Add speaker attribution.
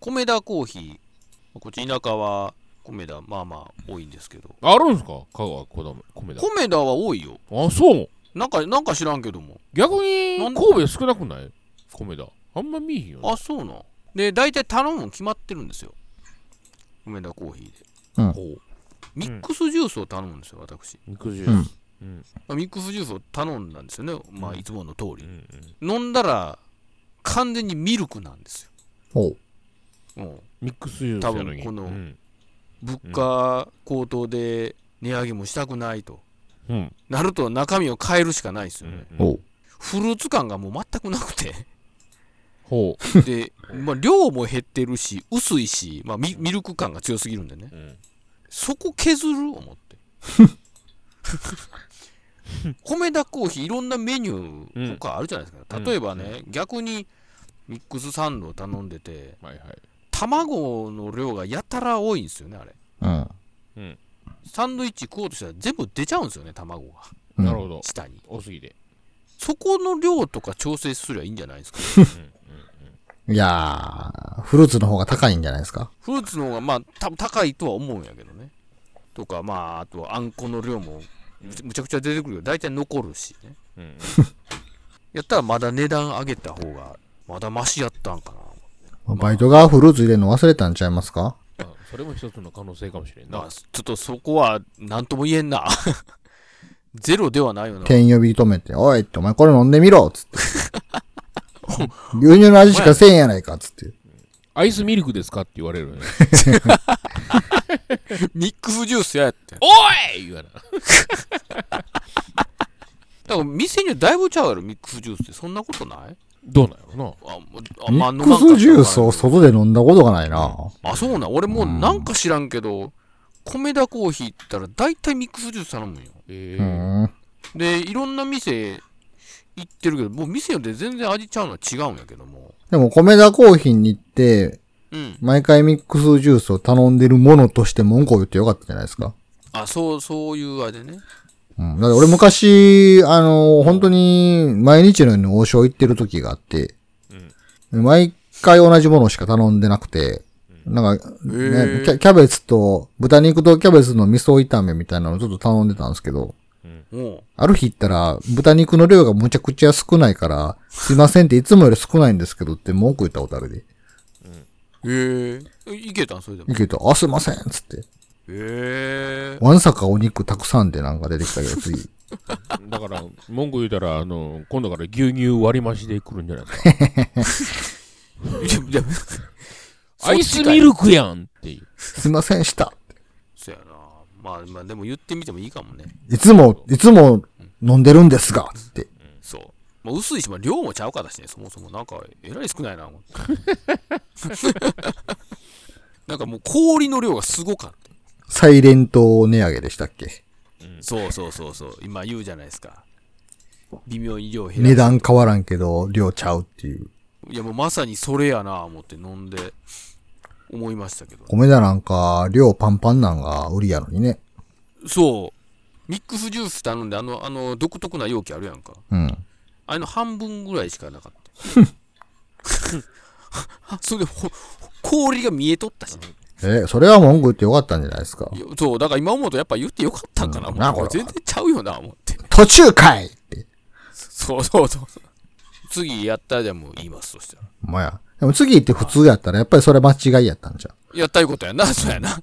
Speaker 1: 米田コーヒー。こっち田舎は、米田、まあまあ多いんですけど。
Speaker 2: あるんですか香川こだ米田
Speaker 1: 米田は多いよ。
Speaker 2: あそう
Speaker 1: なんか、なんか知らんけども。
Speaker 2: 逆に
Speaker 1: なん
Speaker 2: 神
Speaker 1: で
Speaker 2: 戸少なくない米田あんま見えへんよね
Speaker 1: あ、そうなん。で、大体頼むの決まってるんですよ。米田コーヒーで。
Speaker 2: ほう
Speaker 1: ミックスジュースを頼むんですよ、私。
Speaker 2: 肉汁うんうん
Speaker 1: まあミックスジュースを頼んだんですよね。まあ、いつもの通
Speaker 2: う
Speaker 1: り。
Speaker 2: ん
Speaker 1: 飲んだら、完全にミルクなんです
Speaker 3: ほう。
Speaker 1: よ。うん。
Speaker 2: ミックスジュースやのに
Speaker 1: 多分この
Speaker 2: うん
Speaker 1: 物価高騰で値上げもしたくないと。
Speaker 2: うん
Speaker 1: なると中身を変えるしかないです
Speaker 2: う
Speaker 1: よね
Speaker 2: ん。
Speaker 3: ほう。
Speaker 1: フルーツ感がもう全くなくて。
Speaker 2: ほ
Speaker 1: で、まあ、量も減ってるし、薄いし、まあ、ミミルク感が強すぎるんでね。
Speaker 2: ううん
Speaker 1: そこ削る思 って。米田コーヒーいろんなメニューとかあるじゃないですか。
Speaker 2: うん
Speaker 1: 例えばね、逆にミックスサンドを頼んでて、
Speaker 2: はいはい
Speaker 1: 卵の量がやたら多いんですよね、あれ。
Speaker 3: うん。
Speaker 1: サンドイッチ食おうとしたら全部出ちゃうんですよね、卵が。
Speaker 3: うん
Speaker 2: なるほど
Speaker 1: 下に。
Speaker 2: 多すぎて
Speaker 1: そこの量とか調整すりゃいいんじゃないですか。
Speaker 3: いやー、フルーツの方が高いんじゃないですか
Speaker 1: フルーツの方がまあ多分高いとは思うんやけどねとかまああとはあんこの量もむちむちゃくちゃ出てくるよ大体残るしね
Speaker 2: うん
Speaker 1: やったらまだ値段上げた方がまだマシやったんかな
Speaker 3: バイトがフルーツ入れるの忘れたんちゃいますか
Speaker 2: あそれも一つの可能性かもしれん
Speaker 1: まあ
Speaker 2: な
Speaker 1: ちょっとそこは何とも言えんな ゼロではないよな
Speaker 3: 店員呼び止めて、おいって、お前これ飲んでみろっつって。牛乳の味しかせえんやないかっつって。
Speaker 2: アイスミルクですかって言われるよね
Speaker 1: ミックスジュースやって
Speaker 2: お い言わな
Speaker 1: だから店にはだいぶちゃうやろミックスジュースってそんなことない
Speaker 2: どうなんやろ
Speaker 1: あ
Speaker 2: な
Speaker 1: もうあ
Speaker 3: ミ
Speaker 1: まあ飲まん
Speaker 3: ッ
Speaker 1: か
Speaker 3: ク
Speaker 1: ったから
Speaker 3: スジュースを外で飲んだことがないな。
Speaker 1: あそうなん俺もうなんか知らんけど米田コーヒーって言ったら大体ミックスジュース頼むんよ
Speaker 2: え
Speaker 3: う
Speaker 2: え
Speaker 3: ん。
Speaker 1: でいろんな店行ってるけどもう店よって全然味ちゃうのは違うんやけども
Speaker 3: でも、米田コーヒーに行って、
Speaker 1: うん
Speaker 3: 毎回ミックスジュースを頼んでるものとして文句を言ってよかったじゃないですか。
Speaker 1: あそうそういうあれね
Speaker 3: うん。だって俺昔、あの、本当に毎日のように王将行ってる時があって、毎回同じものしか頼んでなくて、なんか、
Speaker 1: へ
Speaker 3: ね
Speaker 1: え
Speaker 3: キャ、キャベツと、豚肉とキャベツの味噌炒めみたいなのをずっと頼んでたんですけど、
Speaker 1: も
Speaker 3: ある日行ったら、豚肉の量がむちゃくちゃ少ないから、すいませんっていつもより少ないんですけどって文句言ったことあるで。
Speaker 1: うへえいけたんそれでも
Speaker 3: いけた、あ、すいませんっつって。
Speaker 1: へえ
Speaker 3: わんさかお肉たくさんでなんか出てきたけど、次。
Speaker 2: だから文句言うたらあの今度から牛乳割り増しで来るんじゃないですか
Speaker 1: いや
Speaker 2: アイスミルクやんっていう
Speaker 3: すいませんした。
Speaker 1: そやなまあまあでも言ってみてもいいかもね
Speaker 3: いつも、いつも飲んでるんですが、つって。
Speaker 1: そうまあ薄いし、まあ、量もちゃうからしねそもそもなんかえらい少ないな思って なんかもう氷の量がすごかった
Speaker 3: サイレント値上げでしたっけ
Speaker 1: そうそうそうそう今言うじゃないですか微妙に量減ら
Speaker 3: 値段変わらんけど、量ちゃうっていう。
Speaker 1: いやもうまさにそれやな思って飲んで思いましたけど
Speaker 3: 米田なんか、量パンパンなんが売りやのにね。
Speaker 1: そうミックスジュース頼んであのあの独特な容器あるやんか
Speaker 3: うん。
Speaker 1: あれの半分ぐらいしかなかった それでほ氷が見えとったしね、
Speaker 3: え、それは文句言ってよかったんじゃないですか。
Speaker 1: いやそうだから今思うとやっぱ言ってよかったんかな、
Speaker 3: うん
Speaker 1: もう
Speaker 3: なこれ
Speaker 1: 全然ちゃうよな思って
Speaker 3: 途中かいって。
Speaker 1: そうそうそう次やったらじゃあもう言いますとしたら
Speaker 3: ほんまや。でも次行って普通やったら、やっぱりそれ間違いやったんじゃん。
Speaker 1: やったいうことやなそうやな